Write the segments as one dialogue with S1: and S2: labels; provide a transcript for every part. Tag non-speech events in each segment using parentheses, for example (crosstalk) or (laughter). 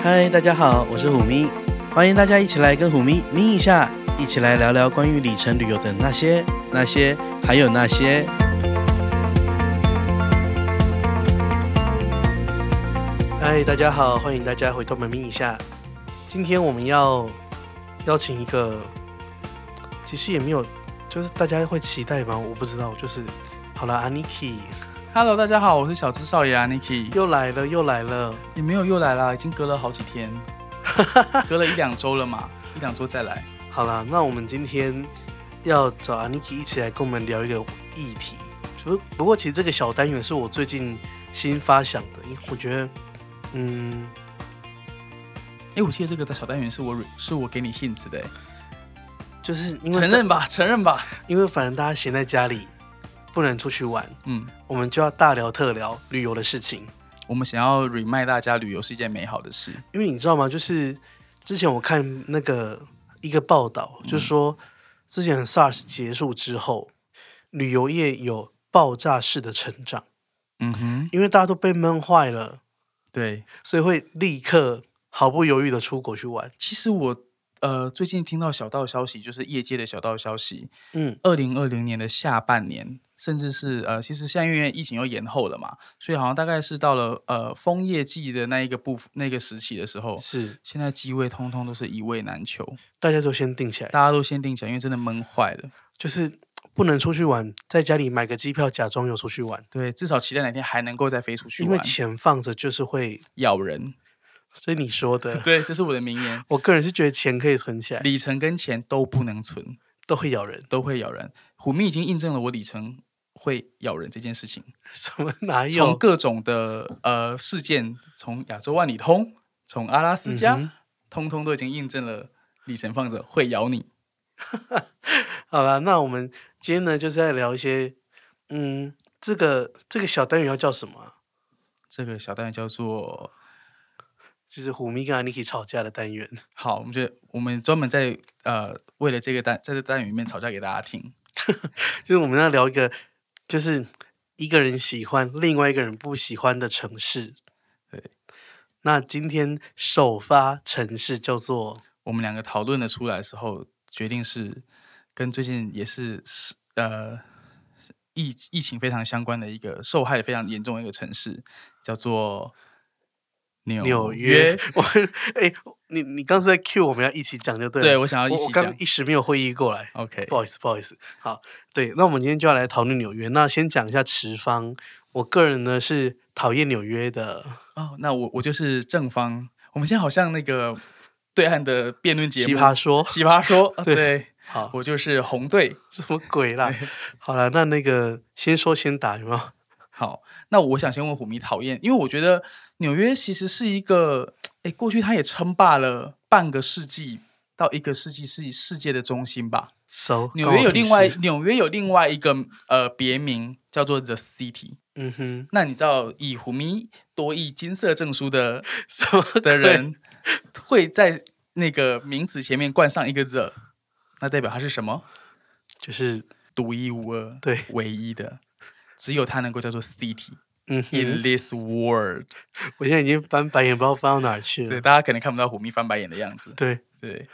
S1: 嗨，大家好，我是虎咪，欢迎大家一起来跟虎咪咪一下，一起来聊聊关于里程旅游的那些、那些，还有那些。嗨，大家好，欢迎大家回头们咪一下。今天我们要邀请一个，其实也没有，就是大家会期待吗？我不知道，就是好了，Aniki
S2: Hello，大家好，我是小资少爷啊 Niki。
S1: 又来了，又来了。
S2: 也没有又来啦，已经隔了好几 (laughs) 天，隔了一两周了嘛，一两周再来。
S1: 好啦，那我们今天要找 Aniki 一起来跟我们聊一个议题。不不过，其实这个小单元是我最近新发想的，因为我觉得，嗯，
S2: 哎、我记得这个小单元是我 re- 是我给你 hints 的、欸，
S1: 就是因为
S2: 承认吧，承认吧。
S1: 因为反正大家闲在家里，不能出去玩，
S2: 嗯，
S1: 我们就要大聊特聊旅游的事情。
S2: 我们想要 remind 大家，旅游是一件美好的事。
S1: 因为你知道吗？就是之前我看那个一个报道，就说之前 SARS 结束之后，旅游业有爆炸式的成长，
S2: 嗯哼，
S1: 因为大家都被闷坏了。
S2: 对。
S1: 所以会立刻毫不犹豫的出国去玩。
S2: 其实我呃最近听到小道消息，就是业界的小道消息，
S1: 嗯，
S2: 二零二零年的下半年，甚至是呃，其实现在因为疫情又延后了嘛，所以好像大概是到了呃枫叶季的那一个部分那个时期的时候，
S1: 是，
S2: 现在机位通通都是一位难求，
S1: 大家都先定起来，
S2: 大家都先定起来，因为真的闷坏了。
S1: 就是不能出去玩，在家里买个机票，假装有出去玩，
S2: 对，至少期待哪天还能够再飞出去
S1: 因为
S2: 玩，
S1: 钱放着就是会，
S2: 咬人。
S1: 这你说
S2: (laughs)
S1: 的。
S2: 对，这是我的
S1: (laughs)
S2: 名言。
S1: 我个人是觉得钱可以存起来，
S2: 里程跟钱都不能存，
S1: 都会咬人。
S2: 都会咬人。虎咪已经印证了我里程会咬人这件事情。
S1: 什么哪
S2: 从
S1: 有？
S2: 各种的呃事件，从亚洲万里通，从阿拉斯加，
S1: 嗯
S2: 通通都已经印证了里程放着会咬你。
S1: 好啦，那我们今天呢，就是在聊一些，嗯，这个这个小单元要叫什么啊、
S2: 这个小单元叫做
S1: 就是虎咪跟 Aniki 吵架的单元。
S2: 好，我们觉得我们专门在呃为了这个单在这单元里面吵架给大家听。
S1: 就是我们要聊一个，就是一个人喜欢，另外一个人不喜欢的城市。
S2: 对，
S1: 那今天首发城市叫做
S2: 我们两个讨论的出来的时候，决定是跟最近也是是呃疫疫情非常相关的一个受害非常严重的一个城市，叫做纽
S1: 纽
S2: 约
S1: 约。我们哎、你你刚是在 cue 我们要一起讲就对了。
S2: 对，我想要一
S1: 我我
S2: 起
S1: 刚
S2: 讲。
S1: 一时没有会意过来，
S2: OK，
S1: 不好意思，不好意思。好，对，那我们今天就要来讨论纽约。那先讲一下持方，我个人呢是讨厌纽约的
S2: 哦，那我我就是正方。我们现在好像那个对岸的辩论节目
S1: 奇葩
S2: (laughs)
S1: 说。
S2: 奇葩说，呃
S1: 对
S2: 对
S1: 好，
S2: 我就是红队。
S1: 什么鬼
S2: (laughs)
S1: 啦？好了，那那个先说先打有没有？
S2: 好，那我想先问虎迷讨厌，因为我觉得纽约其实是一个，哎，过去它也称霸了半个世纪到一个世纪是世界的中心吧。
S1: 熟、
S2: 纽
S1: 关
S2: 约
S1: 我
S2: 有
S1: 屁
S2: 另外
S1: 事
S2: 纽约有另外一个呃别名叫做 The City。
S1: 嗯 (laughs) 哼，
S2: 那你知道以虎迷多益金色证书的
S1: 什么
S2: (laughs) 的
S1: 鬼？
S2: 人会在那个名词前面冠上一个 the，那代表它是什么？
S1: 就是
S2: 独一无二，
S1: 对，
S2: 唯一的，只有它能够叫做 city
S1: 嗯
S2: in
S1: 哼，
S2: this world。
S1: 我现在已经翻白眼，不知道翻到哪儿去
S2: 对，
S1: 了。
S2: 大家可能看不到虎咪翻白眼的样子。
S1: 对，
S2: 对，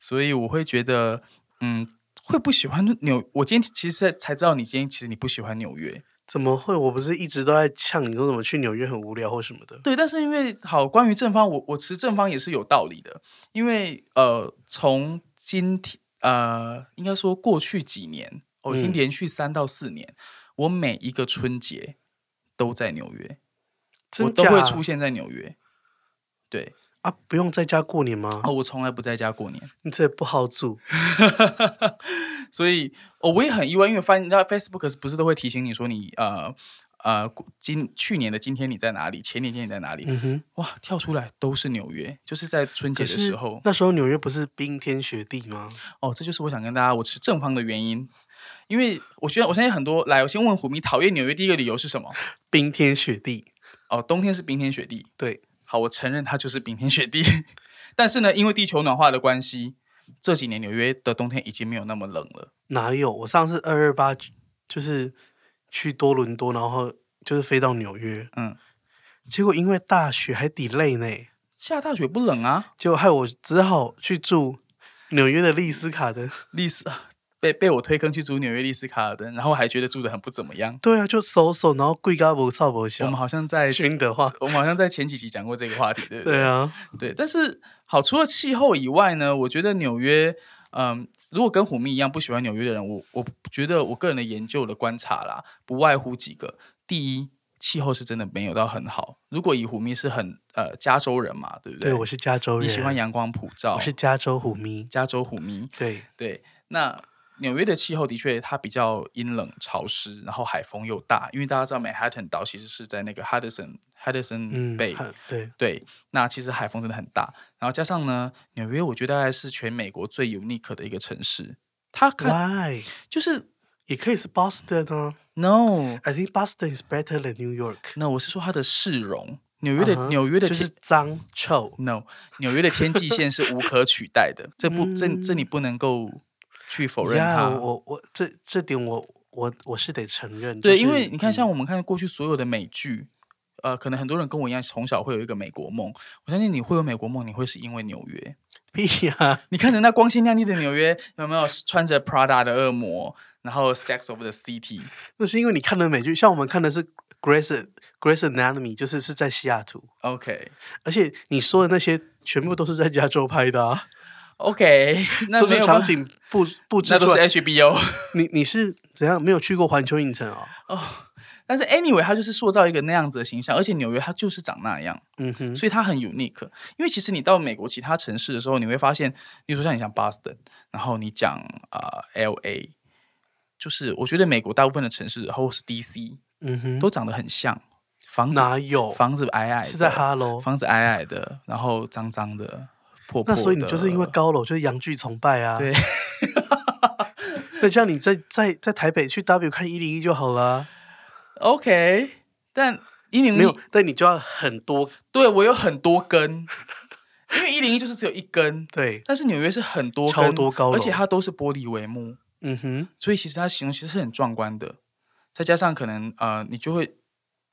S2: 所以我会觉得，嗯，会不喜欢纽。我今天其实才才知道，你今天其实你不喜欢纽约。
S1: 怎么会？我不是一直都在呛你说怎么去纽约很无聊或什么的？
S2: 对，但是因为好，关于正方，我我持正方也是有道理的，因为呃，从今天呃，应该说过去几年，哦，已经
S1: 嗯
S2: 连续三到四年，我每一个春节都在纽约，我
S1: 真
S2: 都
S1: 假
S2: 会出现在纽约。对，
S1: 啊？不用在家过年吗？
S2: 哦，我从来不在家过年，
S1: 你这不好住。
S2: (laughs) 所以哦，我也很意外，因为发现到 Facebook 不是都会提醒你说你呃呃今去年的今天你在哪里，前年今天你在哪里？
S1: 嗯哼，
S2: 哇，跳出来都是纽约，就是在春节
S1: 可
S2: 的
S1: 是
S2: 时候。
S1: 那时候纽约不是冰天雪地吗？
S2: 哦，这就是我想跟大家我持正方的原因，因为我觉得我相信很多来，我先问虎迷讨厌纽约第一个理由是什么？
S1: 冰天雪地，
S2: 哦，冬天是冰天雪地。
S1: 对，
S2: 好，我承认它就是冰天雪地， (laughs) 但是呢，因为地球暖化的关系，这几年纽约的冬天已经没有那么冷了。
S1: 哪有？我上次二二八就是去多伦多，然后就是飞到纽约，
S2: 嗯，
S1: 结果因为大雪还 delay 呢。
S2: 下大雪不冷啊，
S1: 结果害我只好去住纽约的丽思卡
S2: (laughs)
S1: 的。
S2: 丽思啊被被我推坑去租纽约丽思卡尔顿，然后还觉得住的很不怎么样。
S1: 对啊，就搜搜，然后贵嘎不操不
S2: 我们
S1: 笑。
S2: 好像
S1: (laughs)
S2: 在
S1: 熏的话，
S2: 我们好像在前几集讲过这个话题，对不对？
S1: 对啊，
S2: 对，但是好，除了气候以外呢，我觉得纽约，嗯，如果跟虎迷一样不喜欢纽约的人，我我觉得我个人的研究的观察啦，不外乎几个：第一，气候是真的没有到很好。如果以虎迷是很呃加州人嘛，对不对？
S1: 对我是加州人，
S2: 你喜欢阳光普照，
S1: 我是加州虎迷。
S2: 加州虎迷。
S1: 对，
S2: 对，那纽约的气候的确它比较阴冷潮湿，然后海风又大，因为大家知道曼哈顿岛其实是在那个 Hudson
S1: 嗯
S2: Hudson，Bay，、
S1: 哈对，
S2: 对，那其实海风真的很大，然后加上呢，纽约我觉得大概是全美国最 unique 的一个城市。它看
S1: Why
S2: 就是
S1: 也可以是 Boston 啊。
S2: no
S1: I think Boston is better than New York。
S2: no，我是说它的市容，纽约的、
S1: 嗯哼
S2: 纽约的
S1: 就
S2: 天、
S1: 是脏臭，
S2: no，纽约的天际线是无可取代的，这不、这这你不能够去否认它。
S1: 呀，嗯我我这这点我我我是得承认。
S2: 对，
S1: 就是
S2: 因为你看，
S1: 嗯
S2: 像我们看过去所有的美剧，呃，可能很多人跟我一样，从小会有一个美国梦。我相信你会有美国梦，你会是因为纽约。
S1: 嗯屁啊呀，
S2: 你看着那光鲜亮丽的纽约，有没有穿着 Prada 的恶魔，然后 Sex of the City？
S1: (laughs) 那是因为你看的美剧，像我们看的是 Grace Grace Anatomy，就是是在西雅图，
S2: OK
S1: 而且你说的那些全部都是在加州拍的啊，
S2: OK，那
S1: 都
S2: 没
S1: 是
S2: 有吧
S1: 场景
S2: (laughs)
S1: 布布置
S2: 那
S1: 出
S2: 都是哎
S1: 来。
S2: HBO
S1: 你你是怎样没有去过环球影城哦？
S2: 哦。 (laughs) 但是 anyway，它就是塑造一个那样子的形象，而且纽约它就是长那样，
S1: 嗯哼，
S2: 所以它很 unique。因为其实你到美国其他城市的时候，你会发现，例如说像你讲 Boston，然后你讲啊、呃 LA，就是我觉得美国大部分的城市或是 DC
S1: 嗯哼，
S2: 都长得很像，房子
S1: 哪有？
S2: 房子矮矮的，
S1: 是在哈喽。
S2: 房子矮矮的，然后脏脏的、破破
S1: 那
S2: 的。
S1: 所以你就是因为高楼就是洋剧崇拜啊。
S2: 对。 (laughs)
S1: 那像你在在在台北去 W 看一零一就好啦，
S2: OK，但一零
S1: 没有
S2: 一，
S1: 但你就要很多
S2: 对我有很多根，因为一零一就是只有一根，
S1: 对，
S2: 但是纽约是很多根，
S1: 超多高楼
S2: 而且它都是玻璃帷幕，
S1: 嗯哼，
S2: 所以其实它形容其实是很壮观的。再加上可能呃，你就会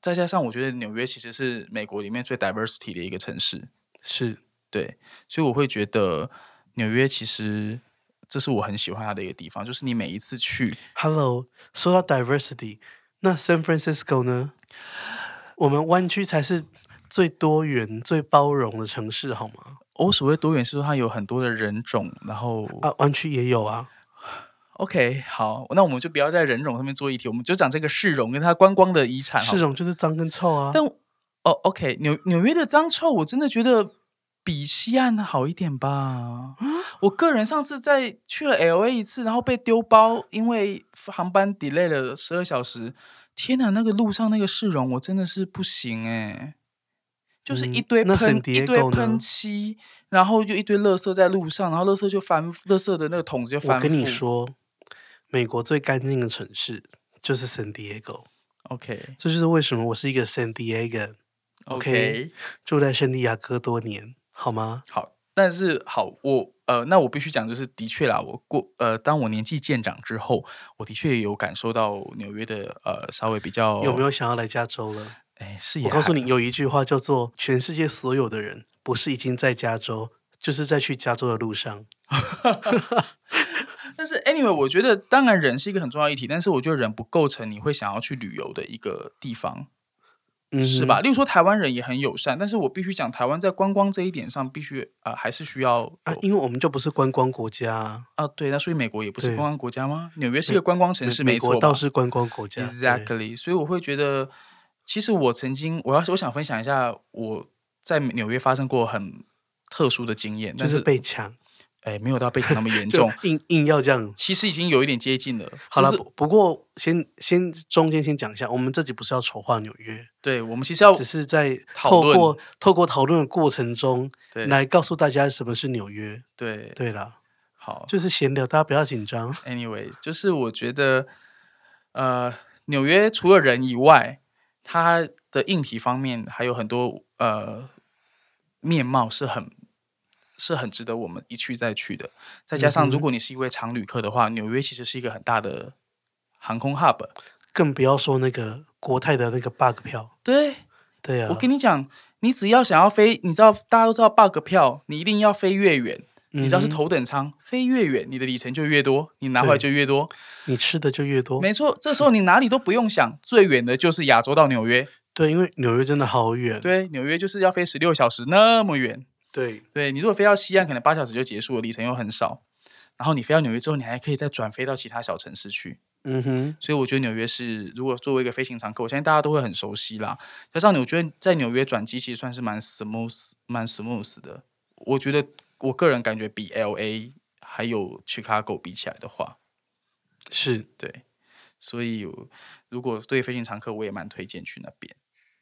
S2: 再加上我觉得纽约其实是美国里面最 diversity 的一个城市，
S1: 是
S2: 对，所以我会觉得纽约其实这是我很喜欢它的一个地方，就是你每一次去，
S1: Hello，说到 diversity，那 San Francisco 呢？我们湾区才是最多元、最包容的城市，好吗？
S2: 我哦所谓多元是说它有很多的人种，然后、
S1: 啊，湾区也有啊。
S2: OK 好，那我们就不要在人种上面做议题，我们就讲这个市容跟它观光的遗产好
S1: 市
S2: 了。
S1: 容就是脏跟臭啊。
S2: 但哦，OK，纽纽约的脏臭，我真的觉得比西岸好一点
S1: 啊
S2: 吧。我个人上次在去了 LA 一次，然后被丢包，因为航班 delay 了十二小时。天哪，那个路上那个市容，我真的是不行哎、就是一
S1: 嗯
S2: 堆
S1: 那
S2: 喷、
S1: San
S2: 一堆
S1: Diego 呢
S2: 喷漆，然后就一堆垃圾在路上，然后垃圾就翻，垃圾的那个桶子就翻。
S1: 我跟你说，美国最干净的城市就是 San Diego，
S2: ，OK
S1: 这就是为什么我是一个 San Diego，OK 住在圣地亚哥多年，好吗？
S2: 好，但是好，我呃，那我必须讲，就是的确啦，我过呃，当我年纪渐长之后，我的确有感受到纽约的呃，稍微比较
S1: 有没？有想要来加州了？
S2: 哎，是也
S1: 我告诉
S2: 还
S1: 你，有一句话叫做“全世界所有的人不是已经在加州，就是在去加州的路上
S2: 但是 anyway，我觉得当然人是一个很重要的议题，但是我觉得人不构成你会想要去旅游的一个地方，”，
S1: 嗯哼
S2: 是吧？？例如说台湾人也很友善，但是我必须讲，台湾在观光这一点上必须啊、呃还是需要
S1: 啊，因为我们就不是观光国家啊，
S2: 啊，对，那所以美国也不是
S1: 对
S2: 观光国家吗？纽约是一个观光城市，
S1: 美
S2: 没
S1: 国
S2: 错
S1: 倒
S2: 吧？
S1: 是观光国家对
S2: Exactly，所以我会觉得，其实我曾经，我要我想分享一下我在纽约发生过很特殊的经验，
S1: 就
S2: 但
S1: 是
S2: 是
S1: 被抢，
S2: 哎，没有到被抢那么严
S1: (laughs) 就
S2: 重，
S1: 硬硬要这样。
S2: 其实已经有一点接近了。
S1: 好了，
S2: 甚至
S1: 不不过先先中间先讲一下，我们这集不是要丑化纽约，
S2: 对我们其实要
S1: 只是在
S2: 讨
S1: 透
S2: 论
S1: 过透过讨论的过程中
S2: 对
S1: 来告诉大家什么是纽约。
S2: 对哦
S1: 对啦，
S2: 好
S1: 就是闲聊，大家不要紧张。
S2: ，anyway，就是我觉得，呃，纽约除了人以外，它的硬体方面还有很多呃面貌是很。是很值得我们一去再去的。再加上，
S1: 嗯
S2: 如
S1: 哼
S2: 果你是一位常旅客的话，纽约其实是一个很大的航空 hub。
S1: 更不要说那个国泰的那个 bug 票，
S2: 对，
S1: 对啊呀、
S2: 我跟你讲，你只要想要飞，你知道大家都知道 bug 票，你一定要飞越远。你知道是
S1: 嗯哼
S2: 头等舱，飞越远，你的里程就越多，你拿回来就越多。
S1: 你吃的就越多。
S2: 没错，这时候你哪里都不用想，最远的就是亚洲到纽约。
S1: 对，因为纽约真的好远。
S2: 对，纽约就是要飞十六小时那么远。
S1: 对
S2: 对你如果飞到西岸，可能八小时就结束了，里程又很少。然后你飞到纽约之后，你还可以再转飞到其他小城市去。
S1: 嗯哼，
S2: 所以我觉得纽约是，如果作为一个飞行常客，我相信大家都会很熟悉啦。加上我觉得在纽约转机其实算是蛮 smooth、蛮 smooth 的。我觉得我个人感觉比 L A 还有 Chicago 比起来的话，
S1: 是。
S2: 对，所以我如果对飞行常客，我也蛮推荐去那边。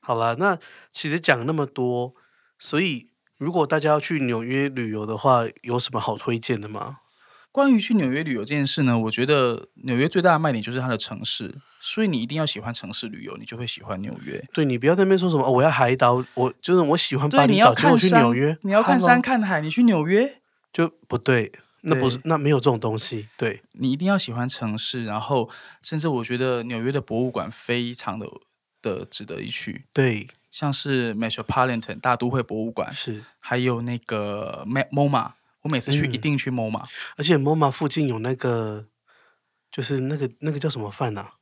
S1: 好啦，那其实讲那么多，所以如果大家要去纽约旅游的话，有什么好推荐的吗？
S2: 关于去纽约旅游这件事呢，我觉得纽约最大的卖点就是它的城市，所以你一定要喜欢城市旅游，你就会喜欢纽约。
S1: 对你不要在那边说什么、哦我要海岛，我就是我喜欢
S2: 对，
S1: 巴
S2: 你
S1: 厘
S2: 要
S1: 岛，结果
S2: 看
S1: 去
S2: 山，
S1: 纽约，
S2: 你要看
S1: Hello，
S2: 山看海，你去纽约，
S1: 就不对，那不是
S2: 对
S1: 那没有这种东西，对，
S2: 你一定要喜欢城市，然后甚至我觉得纽约的博物馆非常的的值得一去，
S1: 对，
S2: 像是 Metropolitan 大都会博物馆，
S1: 是，
S2: 还有那个 Ma- MoMA，我每次去
S1: 嗯
S2: 一定去 MoMA，、
S1: 而且 MoMA 附近有那个，就是那个那个叫什么饭啊？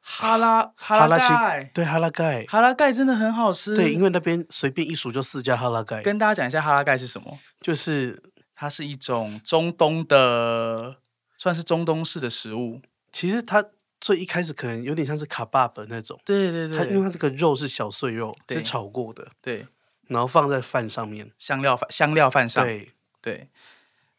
S2: 哈拉哈
S1: 哈拉
S2: 拉盖
S1: 鸡，，对，哈拉盖，
S2: 哈拉盖真的很好吃。
S1: 对，因为那边随便一数就四家哈拉盖，
S2: 跟大家讲一下哈拉盖是什么，
S1: 就是
S2: 它是一种中东的，算是中东式的食物。
S1: 其实它最一开始可能有点像是卡巴本那种。
S2: 对对
S1: 它因为
S2: 对
S1: 它这个肉是小碎肉，
S2: 对
S1: 是炒过的，
S2: 对，
S1: 然后放在饭上面。
S2: 香料饭香料饭上，
S1: 对，
S2: 对。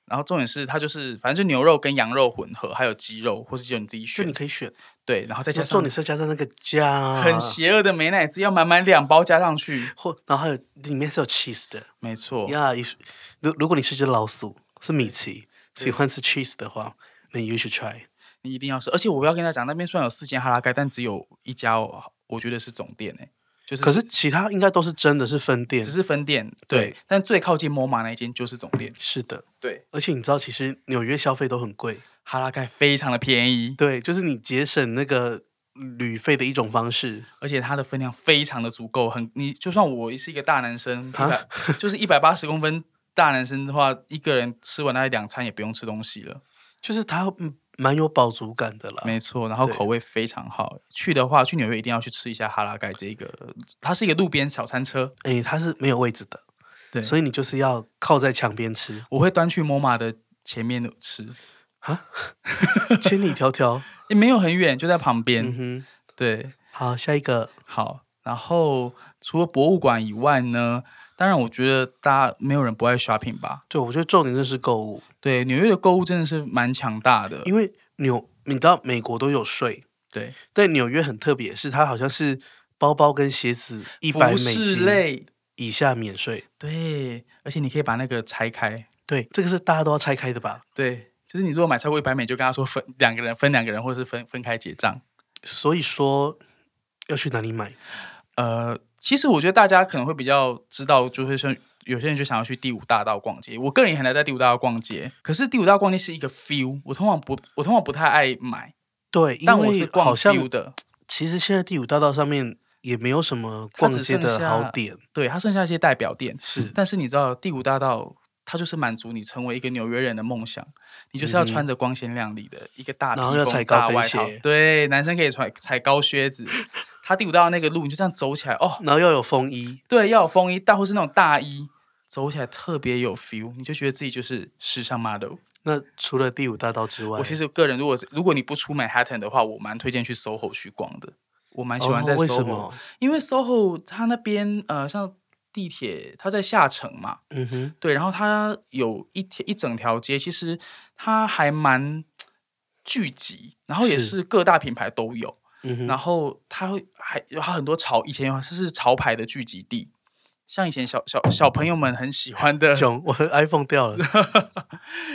S2: 然后重点是它就是反正就牛肉跟羊肉混合，还有鸡肉，或是就你自己
S1: 就
S2: 选
S1: 你。可以选，
S2: 对，然后再加
S1: 那重
S2: 上
S1: 点是啊加上那个酱，
S2: 很邪恶的美乃滋，要满满两包加上
S1: (laughs)
S2: 去。
S1: 或然后还有里面是有 cheese 的
S2: 没错，
S1: 呀。if- 如如果你是只老鼠，是米奇，喜欢吃 cheese 的话，那 you should try。
S2: 你一定要吃。而且我要跟大家讲，那边虽然有四间哈拉盖，但只有一家哦，我觉得是总店诶、欸就是
S1: 可是其他应该都是真的是分店
S2: 只，是分店。
S1: 对
S2: 对，但最靠近 MoMA 那一间就是总店。
S1: 是的。
S2: 对，
S1: 而且你知道，其实纽约消费都很贵，
S2: 哈拉盖非常的便宜，
S1: 对，就是你节省那个旅费的一种方式。
S2: 而且它的分量非常的足够，很你就算我是一个大男生，一
S1: 啊
S2: 百就是一百八十公分大男生的话，一个人吃完那两餐也不用吃东西了。
S1: 就是它嗯蛮有饱足感的啦，
S2: 没错，然后
S1: 啊对
S2: 口味非常好。去的话，去纽约一定要去吃一下哈拉盖这个，它是一个路边小餐车。
S1: 诶，它是没有位置的，
S2: 对
S1: 所以你就是要靠在墙边吃，
S2: 我会端去 MoMA 的前面吃，
S1: 千里迢
S2: (laughs)
S1: 迢。
S2: 也没有很远，就在旁边。
S1: 嗯哼，
S2: 对，
S1: 好，下一个
S2: 好。然后除了博物馆以外呢，当然我觉得大家没有人不爱 shopping 吧。
S1: 对，我觉得重点就是购物，
S2: 对，纽约的购物真的是蛮强大的。
S1: 因为纽，你知道美国都有税，
S2: 对，
S1: 但纽约很特别，是它好像是包包跟鞋子一百
S2: 服
S1: 美
S2: 饰
S1: 金
S2: 类，
S1: 以下免税。
S2: 对，而且你可以把那个拆开，
S1: 对，这个是大家都要拆开的吧？
S2: 对，就是你如果买超过一百美，就跟他说分两个人分两个人，或是分分开结账。
S1: 所以说要去哪里买？
S2: 呃，其实我觉得大家可能会比较知道，就会说有些人就想要去第五大道逛街，我个人也很难在第五大道逛街，可是第五大道逛街是一个 feel，我通常不我通常不太爱买，
S1: 对，因
S2: 但我是
S1: 为好
S2: 逛
S1: 像
S2: feel 的，
S1: 其实现在第五大道上面也没有什么
S2: 它
S1: 逛
S2: 只
S1: 街
S2: 剩
S1: 的好
S2: 下
S1: 点，
S2: 对，它剩下一些代表店，
S1: 是
S2: 但是你知道第五大道。它就是满足你成为一个纽约人的梦想，你就是要穿着光鲜亮丽的一个大
S1: 嗯
S2: 披
S1: 然后要
S2: 风
S1: 踩高
S2: 大
S1: 跟
S2: 外套
S1: 鞋，
S2: 对，男生可以穿踩高靴子。它第五道那个路，你就这样走起来，哦，
S1: 然后要有风衣。
S2: 对，要有风衣，但或是那种大衣，走起来特别有 feel，你就觉得自己就是时尚 model。
S1: 那除了第五大道之外，
S2: 我其实个人，如果如果你不出 Manhattan 的话，我蛮推荐去 SOHO 去逛的，我蛮喜欢在
S1: 哦、为
S2: SOHO，、
S1: 什么？
S2: 因为 SOHO 它那边呃，像地铁它在下城嘛，
S1: 嗯哼，
S2: 对，然后它有一条一整条街，其实它还蛮聚集，然后也
S1: 是
S2: 是各大品牌都有，
S1: 嗯哼，
S2: 然后它会还有它很多潮，以前有它是潮牌的聚集地，像以前小小小朋友们很喜欢的，
S1: 囧，我的 iPhone 掉了。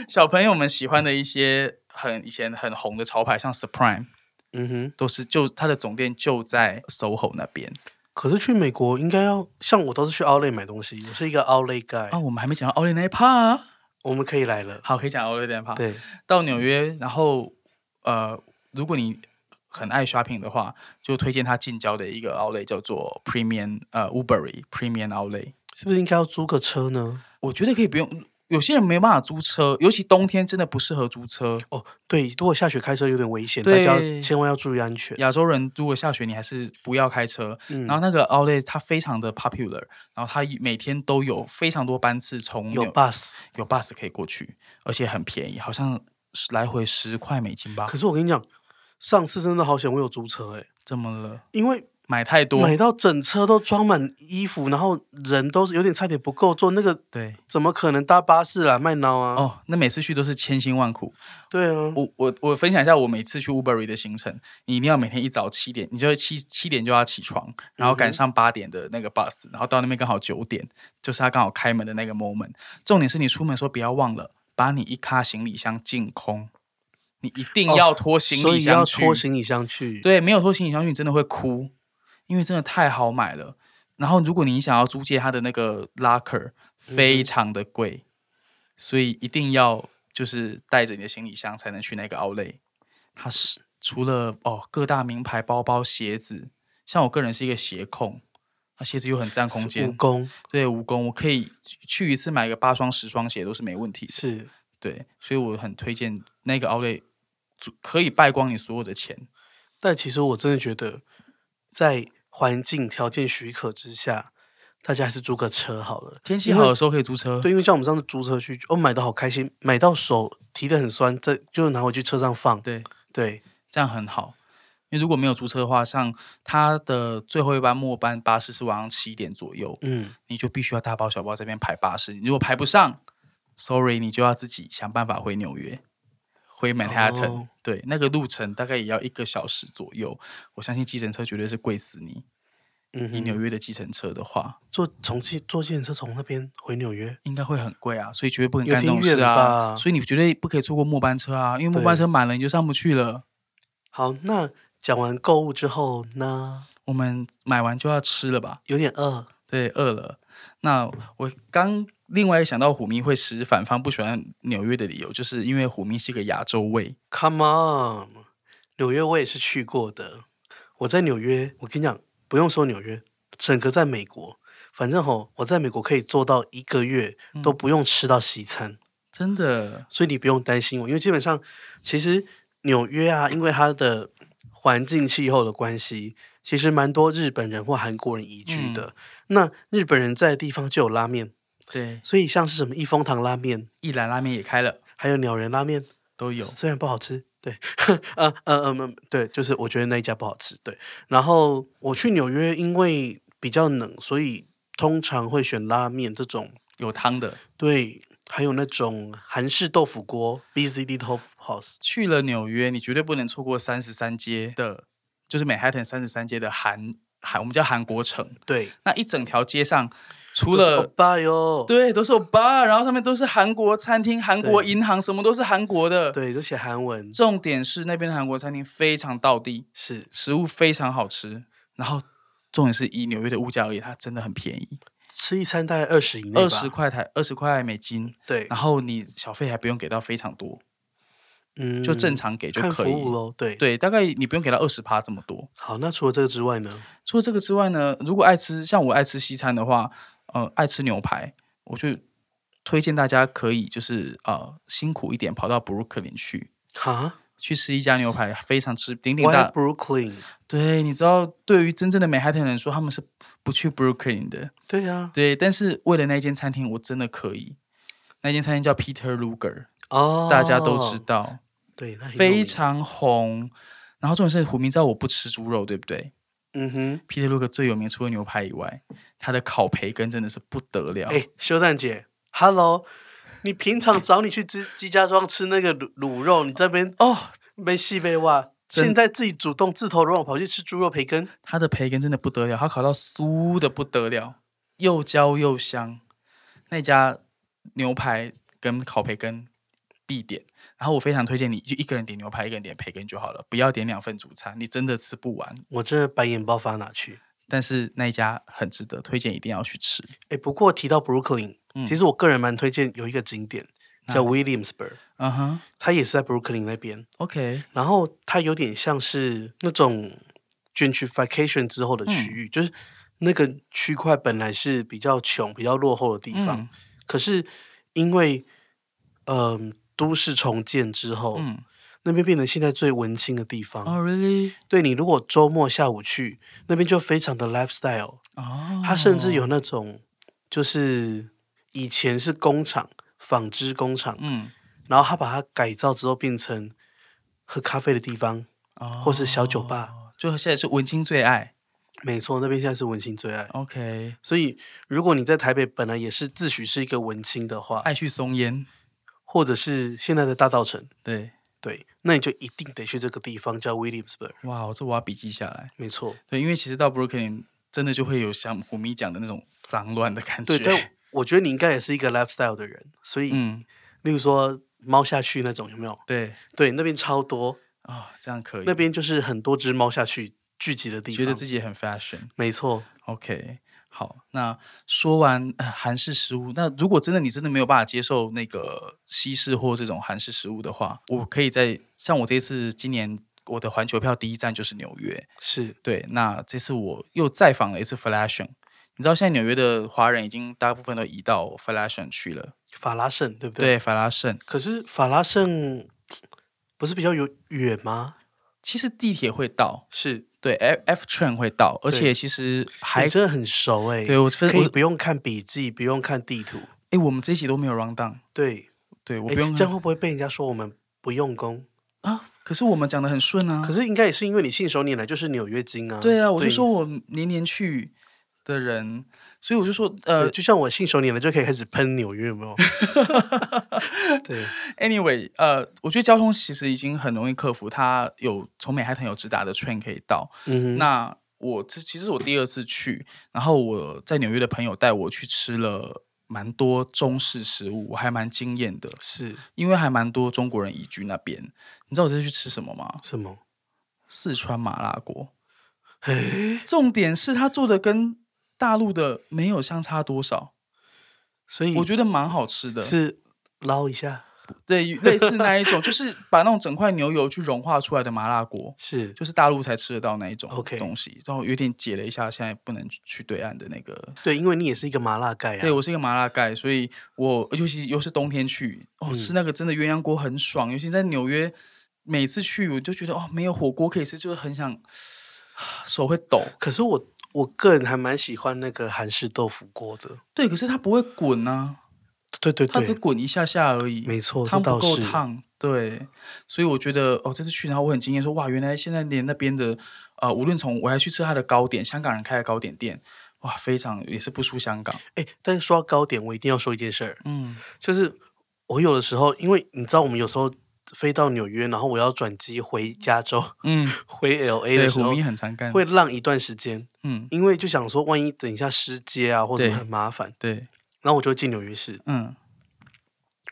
S2: 小朋友们喜欢的一些很以前很红的潮牌，像 Supreme
S1: 嗯哼，
S2: 都是就它的总店就在 SOHO 那边
S1: 可是去美国应该要像我都是去 Outlet 买东西，我是一个 Outlet guy，、
S2: 啊，我们还没讲到 Olay 那一趴、啊，
S1: 我们可以来了。
S2: 好，可以讲 Olay 那一趴。
S1: 对，
S2: 到纽约，然后呃，如果你很爱 shopping 的话，就推荐他近郊的一个 outlet 叫做 Premium 呃 Ubery Premium Outlet。
S1: 是不是应该要租个车呢？
S2: 我觉得可以不用，有些人没办法租车，尤其冬天真的不适合租车。
S1: 哦，对，如果下雪开车有点危险，大
S2: 对
S1: 家千万要注意安全。
S2: 亚洲人如果下雪，你还是不要开车。
S1: 嗯
S2: 然后那个 Outlet 它非常的 popular，然后它每天都有非常多班次从
S1: 有
S2: 纽
S1: bus，
S2: 有 bus 可以过去，而且很便宜，好像是来回十块美金吧
S1: 可。是我跟你讲，上次真的好险，我有租车哎、
S2: 这么了，
S1: 因为
S2: 买太多，
S1: 买到整车都装满衣服，然后人都是有点差点不够坐，那个
S2: 对
S1: 怎么可能搭巴士啦？麦孬啊，
S2: 哦，那每次去都是千辛万苦。
S1: 对啊，
S2: 我我我分享一下我每次去 Ubery 的行程，你一定要每天一早七点，你就七七点就要起床，
S1: 嗯
S2: 然后赶上八点的那个 bus，然后到那边刚好九点，就是他刚好开门的那个 moment。重点是你出门的时候不要忘了把你一卡行李箱净空，你一定
S1: 哦
S2: 要拖行
S1: 所
S2: 李
S1: 以要
S2: 箱去。
S1: 拖行李箱去。
S2: 对，没有拖行李箱去，你真的会哭，因为真的太好买了。然后，如果你想要租借它的那个
S1: 嗯
S2: locker，非常的贵，所以一定要就是带着你的行李箱才能去那个 outlet。它是除了哦各大名牌包包、鞋子，像我个人是一个鞋控，那鞋子又很占空
S1: 是蜈
S2: 间。
S1: 蚣
S2: 对，蜈蚣我可以去一次买个八双、十双鞋都是没问题的。
S1: 是
S2: 对，所以我很推荐那个 outlet，足可以败光你所有的钱。
S1: 但其实我真的觉得，在环境条件许可之下，大家还是租个车好了。
S2: 天气
S1: 因
S2: 好
S1: 为
S2: 的时候可以租车。
S1: 对，因为像我们上次租车去，哦，买的好开心，买到手提的很酸，这就拿回去车上放。
S2: 对，
S1: 对，
S2: 这样很好。因为如果没有租车的话，像它的最后一班末班巴士是晚上七点左右，
S1: 嗯，
S2: 你就必须要大包小包这边排巴士。你如果排不上，sorry，你就要自己想办法回纽约，回 Manhattan、
S1: 哦
S2: 对，那个路程大概也要一个小时左右。我相信计程车绝对是贵死你。
S1: 嗯
S2: 以纽约的计程车的话，
S1: 坐从计坐计程车从那边回纽约，
S2: 应该会很贵啊，所以绝对不能
S1: 有
S2: 干这
S1: 点
S2: 种事
S1: 远吧
S2: 啊。所以你绝对不可以错过末班车啊，因为末班
S1: 对
S2: 车满了你就上不去了。
S1: 好，那讲完购物之后呢，
S2: 我们买完就要吃了吧？
S1: 有点饿，
S2: 对，饿了。那我刚另外想到虎迷会使反方不喜欢纽约的理由，就是因为虎迷是个亚洲味。
S1: Come on，纽约我也是去过的。我在纽约，我跟你讲，不用说纽约，整个在美国，反正吼，我在美国可以做到一个月都不用吃到西餐，
S2: 真的，
S1: 所以你不用担心我，因为基本上其实纽约啊，因为它的环境气候的关系，其实蛮多日本人或韩国人移居的。那日本人在的地方就有拉面，
S2: 对，
S1: 所以像是什么益丰堂拉面，
S2: 一兰拉面也开了，
S1: 还有鸟人拉面，
S2: 都有。
S1: 虽然不好吃，对， (laughs) 呃呃呃，嗯对，就是我觉得那一家不好吃，对。然后我去纽约，因为比较冷，所以通常会选拉面这种，
S2: 有汤的。
S1: 对，还有那种韩式豆腐锅 （BCD Top House）。
S2: 去了纽约，你绝对不能错过三十三街的，就是美 a 顿三十三街的韩韩，我们叫韩国城。
S1: 对，
S2: 那一整条街上，除
S1: 不
S2: 了
S1: 吧哟，
S2: 对都是有 bar，然后上面都是韩国餐厅、韩国
S1: 对
S2: 银行，什么都是韩国的。
S1: 对，都写韩文，
S2: 重点是那边的韩国餐厅非常道地，
S1: 是
S2: 食物非常好吃，然后重点是以纽约的物价而言，它真的很便宜，
S1: 吃一餐大概二十以内吧，
S2: 二十块啊台二十块美金，
S1: 对，
S2: 然后你小费还不用给到非常多，
S1: 嗯，
S2: 就正常给就
S1: 看服
S2: 可以。
S1: 务喽，对。
S2: 对，大概你不用给到二十趴这么多。
S1: 好，那除了这个之外呢？
S2: 除了这个之外呢，如果爱吃像我爱吃西餐的话，呃，爱吃牛排，我就推荐大家可以就是呃辛苦一点跑到布鲁克林去。
S1: 哈
S2: 去吃一家牛排，非常知鼎鼎
S1: ，Why
S2: 大。
S1: Brooklyn？
S2: 对，你知道，对于真正的美海特人说，他们是不去 Brooklyn 的。
S1: 对啊呀、
S2: 对，但是为了那间餐厅，我真的可以。那间餐厅叫 Peter Luger，、
S1: 哦，
S2: 大家都知，道，
S1: 对，那很有
S2: 非
S1: 名
S2: 常红。然后重点是，虎明知道我不吃猪肉，对不对
S1: 嗯哼，
S2: ？Peter Luger 最有名，除了牛排以外，他的烤培根真的是不得了。
S1: 哎、修蛋姐，Hello，你平常找你去鸡鸡家庄吃那个卤卤肉，你这边
S2: 哦，
S1: 没戏被哇，
S2: 真
S1: 现在自己主动自投罗网跑去吃猪肉培根，
S2: 它的培根真的不得了，它烤到酥的不得了，又焦又香。那家牛排跟烤培根必点，然后我非常推荐你就一个人点牛排，一个人点培根就好了，不要点两份主餐，你真的吃不完。
S1: 我真的白眼不知道发哪去。
S2: 但是那一家很值得推荐，一定要去吃。
S1: 哎、不过提到 Brooklyn，、
S2: 嗯
S1: 其实我个人蛮推荐有一个景点叫 Williamsburg，
S2: 嗯哼
S1: 它也是在 Brooklyn 那边。
S2: ，OK，
S1: 然后它有点像是那种 gentrification 之后的
S2: 嗯
S1: 区域，就是那个区块本来是比较穷、比较落后的地方，
S2: 嗯
S1: 可是因为嗯、都市重建之后，
S2: 嗯，
S1: 那边变成现在最文青的地方。
S2: 哦，really，
S1: 对你，如果周末下午去那边，就非常的 lifestyle。
S2: 哦，
S1: 它甚至有那种，就是以前是工厂、纺织工厂，
S2: 嗯，
S1: 然后它把它改造之后变成喝咖啡的地方。
S2: 哦，
S1: 或是小酒吧，
S2: 就现在是文青最爱
S1: 没错，那边现在是文青最爱。
S2: ，OK，
S1: 所以，如果你在台北本来也是自诩是一个文青的话，
S2: 爱去松烟，
S1: 或者是现在的大道城，
S2: 对，
S1: 对，那你就一定得去这个地方叫 Williamsburg。
S2: 哇，我这我要笔记下来，
S1: 没错，
S2: 对，因为其实到 Brooklyn 真的就会有像虎咪讲的那种脏乱的感
S1: 对，
S2: 觉，
S1: 但我觉得你应该也是一个 lifestyle 的人，所以，
S2: 嗯，
S1: 例如说猫下去那种有没有？
S2: 对，
S1: 对，那边超多，
S2: 哦，这样可以，
S1: 那边就是很多只猫下去聚集的地
S2: 觉
S1: 方。
S2: 得自己很 fashion。
S1: 没错，
S2: OK，好，那说完呃韩式食物，那如果真的你真的没有办法接受那个西式或这种韩式食物的话，我可以在像我这次今年我的环球票第一站就是纽约，
S1: 是
S2: 对，那这次我又再访了一次 Fashion，你知道现在纽约的华人已经大部分都移到 Fashion 去了，
S1: 法拉盛，对不对？
S2: 对，Fashion
S1: 可是法拉盛不是比较有远吗？
S2: 其实地铁会到，
S1: 是，
S2: 对，F F train 会到，而
S1: 对
S2: 且其实还
S1: 你真的很熟哎、
S2: 对我分
S1: 可以
S2: 我
S1: 不用看笔记，不用看地图。
S2: 哎，我们这一集都没有 round down，
S1: 对，
S2: 对，我
S1: 诶
S2: 不用
S1: 这样会不会被人家说我们不用功？
S2: 啊，可是我们讲的很顺啊，
S1: 可是应该也是因为你信手拈来就是纽约金啊。
S2: 对啊，我就说我年年去的人，所以我就说，
S1: 对，
S2: 呃
S1: 就像我信手拈来就可以开始喷纽约，有没有？ (laughs) 对，
S2: ，anyway，呃，我觉得交通其实已经很容易克服，它有从美海滩有直达的 train 可以到。
S1: 嗯哼，
S2: 那我这其实我第二次去，然后我在纽约的朋友带我去吃了。蛮多中式食物，我还蛮惊艳的，
S1: 是
S2: 因为还蛮多中国人移居那边。你知道我这次去吃什么吗？
S1: 什么？
S2: 四川麻辣锅。
S1: 诶
S2: 重点是它做的跟大陆的没有相差多少，
S1: 所以
S2: 我觉得蛮好吃的。
S1: 是捞一下，
S2: 对，类似那一种，就是把那种整块牛油去融化出来的麻辣锅，
S1: 是
S2: 就是大陆才吃得到那一种
S1: OK
S2: 东西。然后有点解了一下，现在不能去对岸的那个。
S1: 对，因为你也是一个麻辣盖啊。
S2: 对我是一个麻辣盖，所以我尤其又是冬天去，哦，
S1: 嗯
S2: 吃那个真的鸳鸯锅很爽。尤其在纽约，每次去我就觉得哦，没有火锅可以吃，就是很想 (sighs) 手会抖。
S1: 可是我我个人还蛮喜欢那个韩式豆腐锅的。
S2: 对，可是它不会滚啊，
S1: 对对
S2: 它只
S1: 对，
S2: 滚一下下而已。
S1: 没错，哦这
S2: 汤不
S1: 倒
S2: 够
S1: 是。
S2: 烫，对，所以我觉得哦，这次去然后我很惊艳，说哇，原来现在连那边的呃，无论从我还去吃他的糕点，香港人开的糕点店，哇，非常也是不输香港，
S1: 哎，但是说到糕点，我一定要说一件事儿，
S2: 嗯
S1: 就是我有的时候，因为你知道，我们有时候飞到纽约，然后我要转机回加州、
S2: 嗯，
S1: 回 L A 的
S2: 对，
S1: 时
S2: 虎
S1: 候
S2: 咪，很常干，
S1: 会浪一段时间，
S2: 嗯，
S1: 因为就想说，万一等一下失街啊，或者
S2: 对
S1: 很麻烦，
S2: 对，
S1: 然后我就会进纽约市，
S2: 嗯，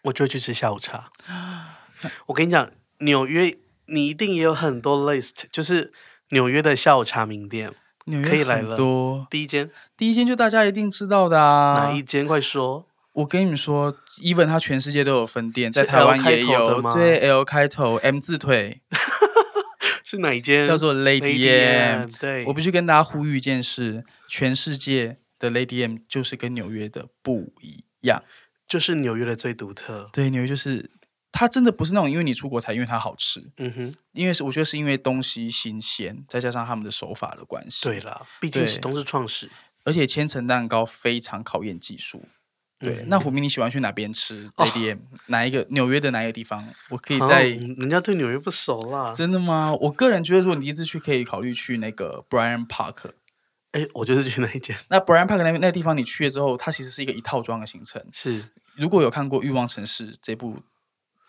S1: 我就会去吃下午茶。我跟你讲，纽约你一定也有很多 list，就是纽约的下午茶名店。
S2: 纽约
S1: 可以来
S2: 很
S1: 了
S2: 多，
S1: 第一间、
S2: 第一间就大家一定知道的啊，
S1: 哪一间？快说！
S2: 我跟你们说，even 它全世界都有分店，在
S1: 是
S2: 台
S1: L
S2: 湾也
S1: 开头的
S2: 有，
S1: 吗
S2: 对，L 开头 M 字腿
S1: 是哪一间？
S2: 叫做 Lady
S1: 嗯
S2: M，
S1: M，对，
S2: 我必须跟大家呼吁一件事：全世界的 Lady M 就是跟纽约的不一样。
S1: 就是纽约的最独特。
S2: 对，纽约就是它真的不是那种因为你出国才因为它好吃，
S1: 嗯哼，
S2: 因为是我觉得是因为东西新鲜，再加上他们的手法的关系。
S1: 对，啦，毕竟
S2: 对
S1: 始终是创始。
S2: 而且千层蛋糕非常考验技术。
S1: 嗯
S2: 对，
S1: 哦
S2: 那虎明，你喜欢去哪边吃 Lady M？、哪一个纽约的哪一个地方？我可以
S1: 好嗯
S2: 在、
S1: 人家对纽约不熟啦。
S2: 真的吗？我个人觉得，如果你第一次去，可以考虑去那个 Brian Park。
S1: 哎，我就是去那一间，
S2: 那 Brian Park 那边那个地方，你去了之后，它其实是一个一套装的行程。
S1: 是，
S2: 如果有看过《欲望城市》这部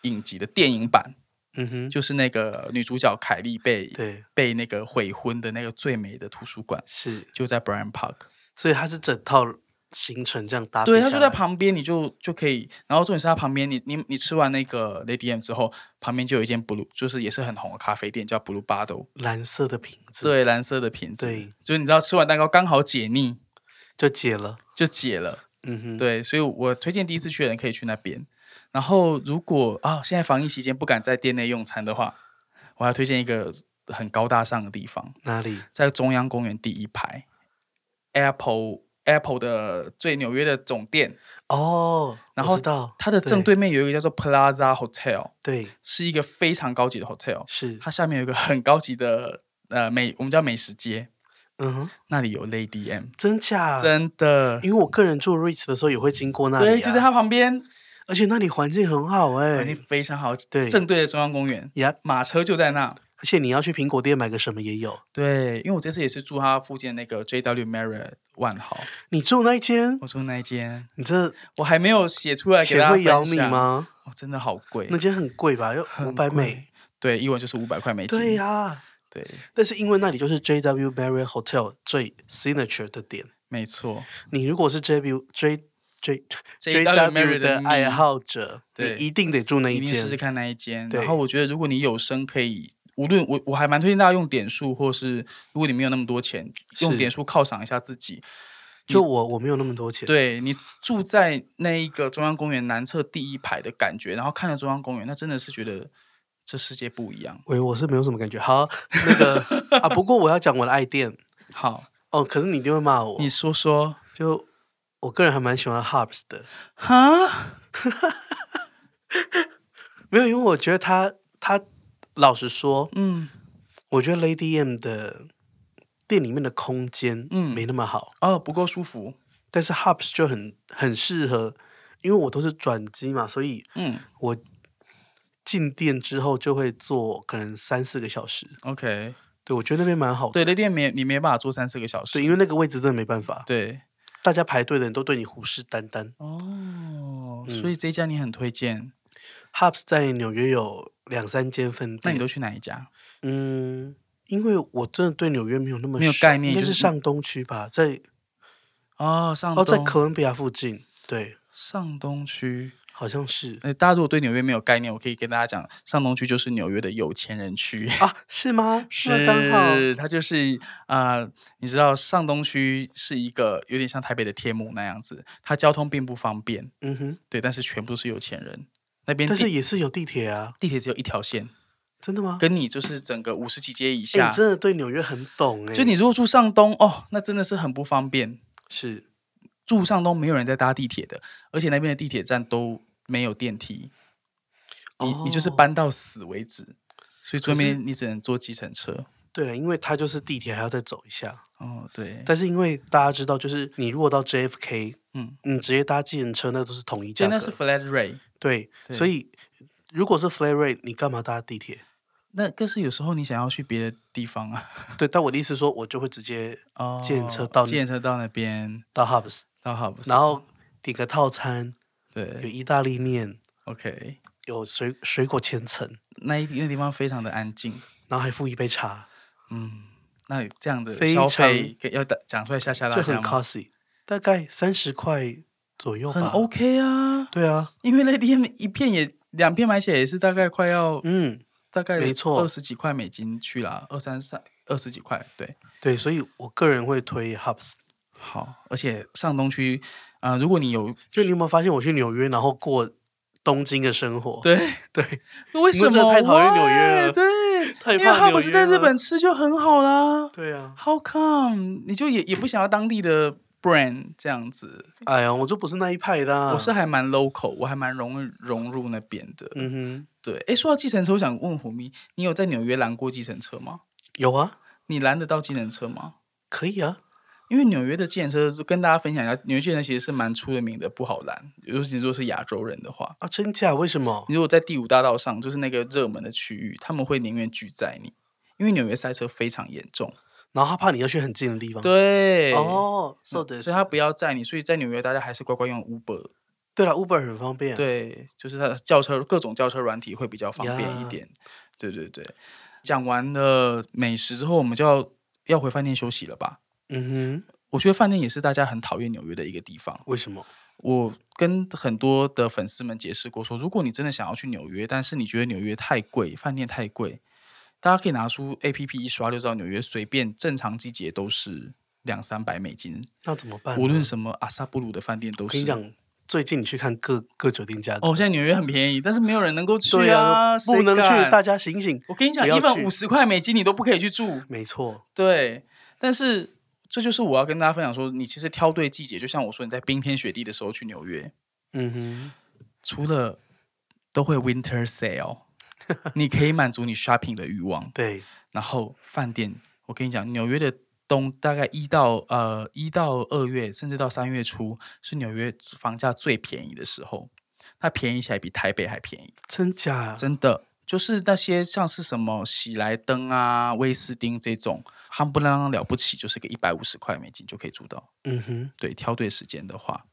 S2: 影集的电影版，
S1: 嗯哼，
S2: 就是那个女主角凯莉被
S1: 对，
S2: 被那个悔婚的那个最美的图书馆，
S1: 是，
S2: 就在 Brian Park。
S1: 所以它是整套行程这样搭配
S2: 对，
S1: 下
S2: 它
S1: 来。
S2: 就在旁边，你就就可以。然后重点是它旁边，你你你吃完那个 Lady M 之后，旁边就有一间 Blue，就是也是很红的咖啡店，叫 Blue Bottle。
S1: 蓝色的瓶子，，
S2: 对，蓝色的瓶子。
S1: 对，
S2: 所以你知道吃完蛋糕刚好解腻，
S1: 就解了。
S2: 就解了。
S1: 嗯哼，
S2: 对，所以我推荐第一次去的人可以去那边。然后如果啊、现在防疫期间不敢在店内用餐的话，我还推荐一个很高大上的地方，
S1: 哪里？
S2: 在中央公园第一排，Apple Apple 的最纽约的总店，
S1: 哦，
S2: 然
S1: 我
S2: 后
S1: 知道
S2: 它的正对面有一个叫做 Plaza Hotel，
S1: 对
S2: 是一个非常高级的 hotel，
S1: 是，
S2: 它下面有一个很高级的呃美，我们叫美食街，
S1: 嗯哼，
S2: 那里有 Lady M，、
S1: 真假？
S2: 真的，
S1: 啊因为我个人住 Ritz 的时候也会经过那里、啊，
S2: 对，就在它旁边，
S1: 而且那里环境很好哎、
S2: 环境非常好，
S1: 对
S2: 正对着中央公园，
S1: 呀
S2: 马车就在那。
S1: 而且你要去苹果店买个什么也有。
S2: 对，因为我这次也是住它附近那个 JW Marriott 万豪，
S1: 你住那一间，
S2: 我住那一间，
S1: 你这
S2: 我还没有写出来给
S1: 钱
S2: 大家
S1: 会咬
S2: 分
S1: 你
S2: 享？
S1: 吗？
S2: 哦，真的好贵
S1: 那，间很贵吧？要五
S2: 很
S1: 百
S2: 贵
S1: 美。
S2: 对，一晚就是五百块美金。
S1: 对呀、
S2: 对，
S1: 但是因为那里就是 JW Marriott Hotel 最 signature 的点，
S2: 没错，
S1: 你如果是 JW J J
S2: JW
S1: JW 的爱
S2: 迷
S1: 好者，你
S2: 对
S1: 一定得住那
S2: 一定
S1: 间。
S2: 试试看那一间。
S1: 对
S2: 然后我觉得，如果你有生可以，无论我我还蛮推荐大家用点数，或是如果你没有那么多钱，用
S1: 是
S2: 点数犒赏一下自己。
S1: 就我我没有那么多钱，
S2: 对你住在那一个中央公园南侧第一排的感觉，然后看着中央公园，那真的是觉得这世界不一样。
S1: 喂，我是没有什么感觉。好，那
S2: (laughs)
S1: 个啊，不过我要讲我的爱店
S2: 好，
S1: 哦，可是你一定会骂我
S2: 你。说说
S1: 就我个人还蛮喜欢 Hubs 的，
S2: 哈？
S1: 没有，因为我觉得他他老实说，
S2: 嗯，
S1: 我觉得 Lady M 的店里面的空间
S2: 嗯
S1: 没那么好，
S2: 哦，不够舒服。
S1: 但是 Hubs 就很很适合，因为我都是转机嘛，所以
S2: 嗯
S1: 我进店之后就会坐可能三四个小时。
S2: ，OK，
S1: 对，我觉得那边蛮好的。
S2: 对，那店没你没办法坐三四个小时
S1: 对，。因为那个位置真的没办法，
S2: 对，
S1: 大家排队的人都对你虎视眈眈。
S2: 哦，
S1: 嗯
S2: 所以这一家你很推荐，
S1: Hubs 在纽约有两三间分
S2: 那
S1: 店，
S2: 你都去哪一家？
S1: 嗯，因为我真的对纽约没有那么
S2: 没有
S1: 熟
S2: 概念
S1: 应该
S2: 就是是
S1: 上东区吧，在
S2: 哦，上
S1: 哦，
S2: 东
S1: 在哥伦比亚附近，对，
S2: 上东区。
S1: 好像是
S2: 呃，大家如果对纽约没有概念，我可以跟大家讲，上东区就是纽约的有钱人区。
S1: 啊，是吗？那
S2: 是，
S1: 刚好
S2: 它就是啊、呃你知道上东区是一个有点像台北的天母那样子，它交通并不方便，
S1: 嗯哼，
S2: 对，但是全部都是有钱人。那边
S1: 但是
S2: 地
S1: 也是有地铁啊，
S2: 地铁只有一条线，
S1: 真的吗？
S2: 跟你就是整个五十几街以
S1: 哎、
S2: 下，
S1: 你真的对纽约很懂哎、
S2: 就啊你如果住上东哦，那真的是很不方便。
S1: 是
S2: 住上东没有人在搭地铁的，而且那边的地铁站都没有电梯，你、你就是
S1: 哦
S2: 搬到死为止，所以
S1: 可
S2: 说
S1: 是
S2: 明你只能坐计程车。
S1: 对了，因为它就是地铁还要再走一下，
S2: 哦，对，
S1: 但是因为大家知道，就是你如果到 JFK，
S2: 嗯，
S1: 你直接搭计程车，那都是统一价
S2: 对，
S1: 格，
S2: 那是 flat rate，
S1: 对，
S2: 对
S1: 所以如果是 Flat Rate，你干嘛搭地铁？
S2: 那更是有时候你想要去别的地方啊，
S1: 对，但我的意思说，我就会直接
S2: 哦，
S1: (laughs) 计程车到
S2: 计程车到那边
S1: 到 Hubs，
S2: 到好不是？
S1: 然后点个套餐，有
S2: 对
S1: 意大利面，
S2: ，OK，
S1: 有水水果千层，
S2: 那一那地方非常的安静，
S1: 然后还附一杯茶，
S2: 嗯，那这样的
S1: 非
S2: 消
S1: 常
S2: 费跟要打讲出来吓吓大
S1: 就很
S2: 家吗？
S1: classy，大概三十块左右
S2: 很
S1: 吧。
S2: OK 啊，
S1: 对啊，
S2: 因为那边一片也两片买起来也是大概快要、
S1: 嗯，
S2: 大概
S1: 没错
S2: 二十几块美金去啦，二三三二十几块，对，
S1: 对，所以我个人会推 Hubs。
S2: 好，而且上东区，啊、如果你有
S1: 就你有没有发现，我去纽约，然后过东京的生活？
S2: 对
S1: 对，
S2: 为什
S1: 你们真的
S2: 么
S1: 太讨厌纽约
S2: Why？
S1: 了
S2: 对，
S1: 太
S2: 因为
S1: 怕
S2: 他
S1: 纽
S2: 不
S1: 约
S2: 是在日
S1: 了
S2: 本吃就很好啦
S1: 对啊，
S2: ，How come 你就也也不想要当地的 brand 这样子？
S1: 哎呀，我就不是那一派的、啊。
S2: 我是还蛮 local，我还蛮融入融入那边的。
S1: 嗯哼，
S2: 对，哎，说到计程车，我想问虎咪，你有在纽约拦过计程车吗？
S1: 有啊，
S2: 你拦得到计程车吗？
S1: 可以啊，
S2: 因为纽约的建车是跟大家分享一下，纽约建车其实是蛮出了名的，不好拦。尤其如果是亚洲人的话，
S1: 啊，真假？为什么？
S2: 你如果在第五大道上，就是那个热门的区域，他们会宁愿拒载你，因为纽约塞车非常严重。
S1: 然后他怕你要去很近的地方。
S2: 对，
S1: 嗯哦，so
S2: 所
S1: this，
S2: 以他不要载你，所以在纽约大家还是乖乖用 Uber。
S1: 对了，Uber 很方便。，
S2: 对，就是它的轿车各种轿车软体会比较方便一
S1: 呀
S2: 点。对对对，讲完了美食之后，我们就要要回饭店休息了吧？
S1: 嗯哼，
S2: 我觉得饭店也是大家很讨厌纽约的一个地方。
S1: 为什么？
S2: 我跟很多的粉丝们解释过说，如果你真的想要去纽约，但是你觉得纽约太贵，饭店太贵，大家可以拿出 A P P 一刷就知道，纽约随便正常季节都是两三百美金，
S1: 那怎么办呢？
S2: 无论什么阿萨布鲁的饭店都
S1: 啊我
S2: 是。
S1: 跟你讲，最近你去看各各酒店价格，
S2: 哦，现在纽约很便宜，但是没有人能够去
S1: 对啊，
S2: 谁
S1: 不能去，
S2: 敢
S1: 大家醒醒。
S2: 我跟你讲，
S1: 不
S2: 一
S1: 要
S2: 万
S1: 去
S2: 五十块美金你都不可以去住。
S1: 没错，
S2: 对，但是这就是我要跟大家分享说，你其实挑对季节，就像我说你在冰天雪地的时候去纽约，
S1: 嗯
S2: 除了都会 winter sale，你可以满足你 shopping 的欲望
S1: 哼，。对，
S2: 然后饭店，我跟你讲，纽约的冬大概一到呃一到二月，甚至到三月初是纽约房价最便宜的时候，它便宜起来比台北还便宜，
S1: 真假？
S2: 真的。就是那些像是什么喜来登啊、威斯汀这种，夯不啷啷了不起，就是个一百五十块美金就可以住到。
S1: 嗯哼，
S2: 对，挑对时间的话，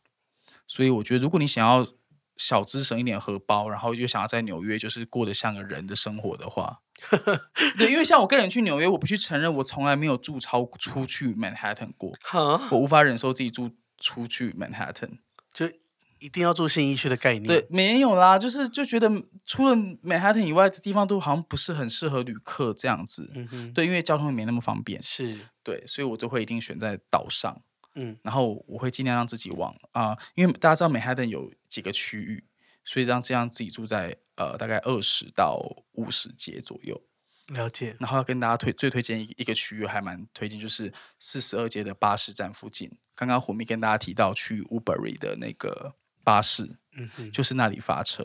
S2: 所以我觉得，如果你想要小资省一点荷包，然后又想要在纽约就是过得像个人的生活的话，对，因为像我个人去纽约，我必须承认，我从来没有住超出去 Manhattan 过，
S1: 好，
S2: 我无法忍受自己住出去 Manhattan。
S1: 就一定要住信义区的概念。
S2: 对，，没有啦，就是就觉得除了 Manhattan 以外的地方都好像不是很适合旅客这样子。
S1: 嗯哼，
S2: 对，因为交通也没那么方便，
S1: 是，
S2: 对，所以我都会一定选在岛上。
S1: 嗯
S2: 然后我会尽量让自己往啊、因为大家知道美哈顿有几个区域，所以让这样自己住在呃大概二十到五十节左右。
S1: 了解。
S2: 然后要跟大家推最推荐一一个区域，还蛮推荐就是四十二街的巴士站附近。刚刚虎咪跟大家提到去 Uberry 的那个巴士，
S1: 嗯哼，
S2: 就是那里发车，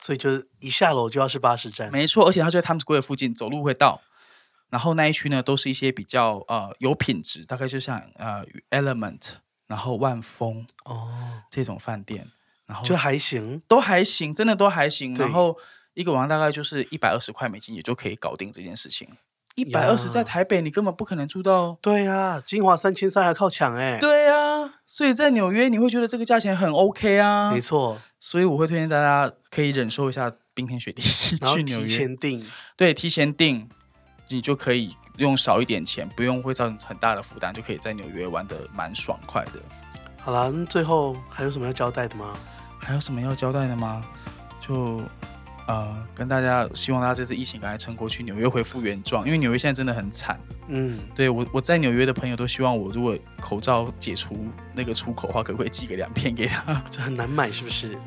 S1: 所以就是一下楼就要是巴士站。
S2: 没错，而且它就在 Times Square 附近，走路会到。然后那一区呢，都是一些比较呃有品质，大概就像呃 Element，然后万丰
S1: 哦，
S2: 这种饭店，然后
S1: 就还行。
S2: 都还行，真的都还行。
S1: 对
S2: 然后一个晚上大概就是一百二十块美金，也就可以搞定这件事情。一百二十在台北，你根本不可能住到。
S1: 对啊，金华三千三还靠抢哎、
S2: 对啊，所以在纽约你会觉得这个价钱很 OK 啊
S1: 没。错。
S2: 所以我会推荐大家可以忍受一下冰天雪地 (laughs)
S1: 然后
S2: 去纽
S1: 提
S2: 约，
S1: 前订，
S2: 对，提前订，你就可以用少一点钱，不用会造成很大的负担，就可以在纽约玩的蛮爽快的。
S1: 好啦，那最后还有什么要交代的吗？
S2: 还有什么要交代的吗？就呃，跟大家希望大家这次疫情赶快撑过去，纽约恢复原状，因为纽约现在真的很惨。
S1: 嗯，
S2: 对我我在纽约的朋友都希望我如果口罩解除那个出口的话，可不可以寄个两片给他？ (laughs)
S1: 这很难买是不是？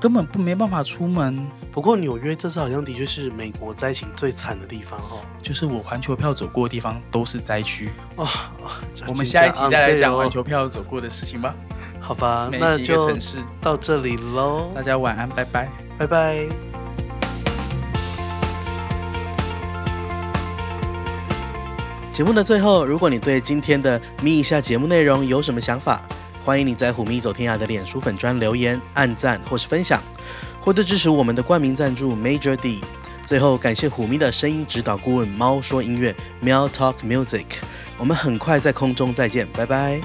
S2: 根本不没办法出门，
S1: 不过纽约这次好像的确是美国灾情最惨的地方哦。
S2: 就是我环球票走过的地方都是灾区。
S1: 哇、哇这
S2: 我们下一集再来讲
S1: 啊哦真的啊
S2: 环
S1: 是
S2: 球票走过的事情吧，
S1: 昂贵哦好吧？
S2: 每
S1: 哦那
S2: 一集一个
S1: 就
S2: 城市。
S1: 到这里喽
S2: 大，家晚安，拜拜。
S1: 拜拜。节目的最后，如果你对今天的咪一下节目内容有什么想法，欢迎你在虎咪走天涯的脸书粉专留言、按赞或是分享，或者支持我们的冠名赞助 Major D。最后，感谢虎咪的声音指导顾问猫说音乐喵 Talk Music。我们很快在空中再见，拜拜。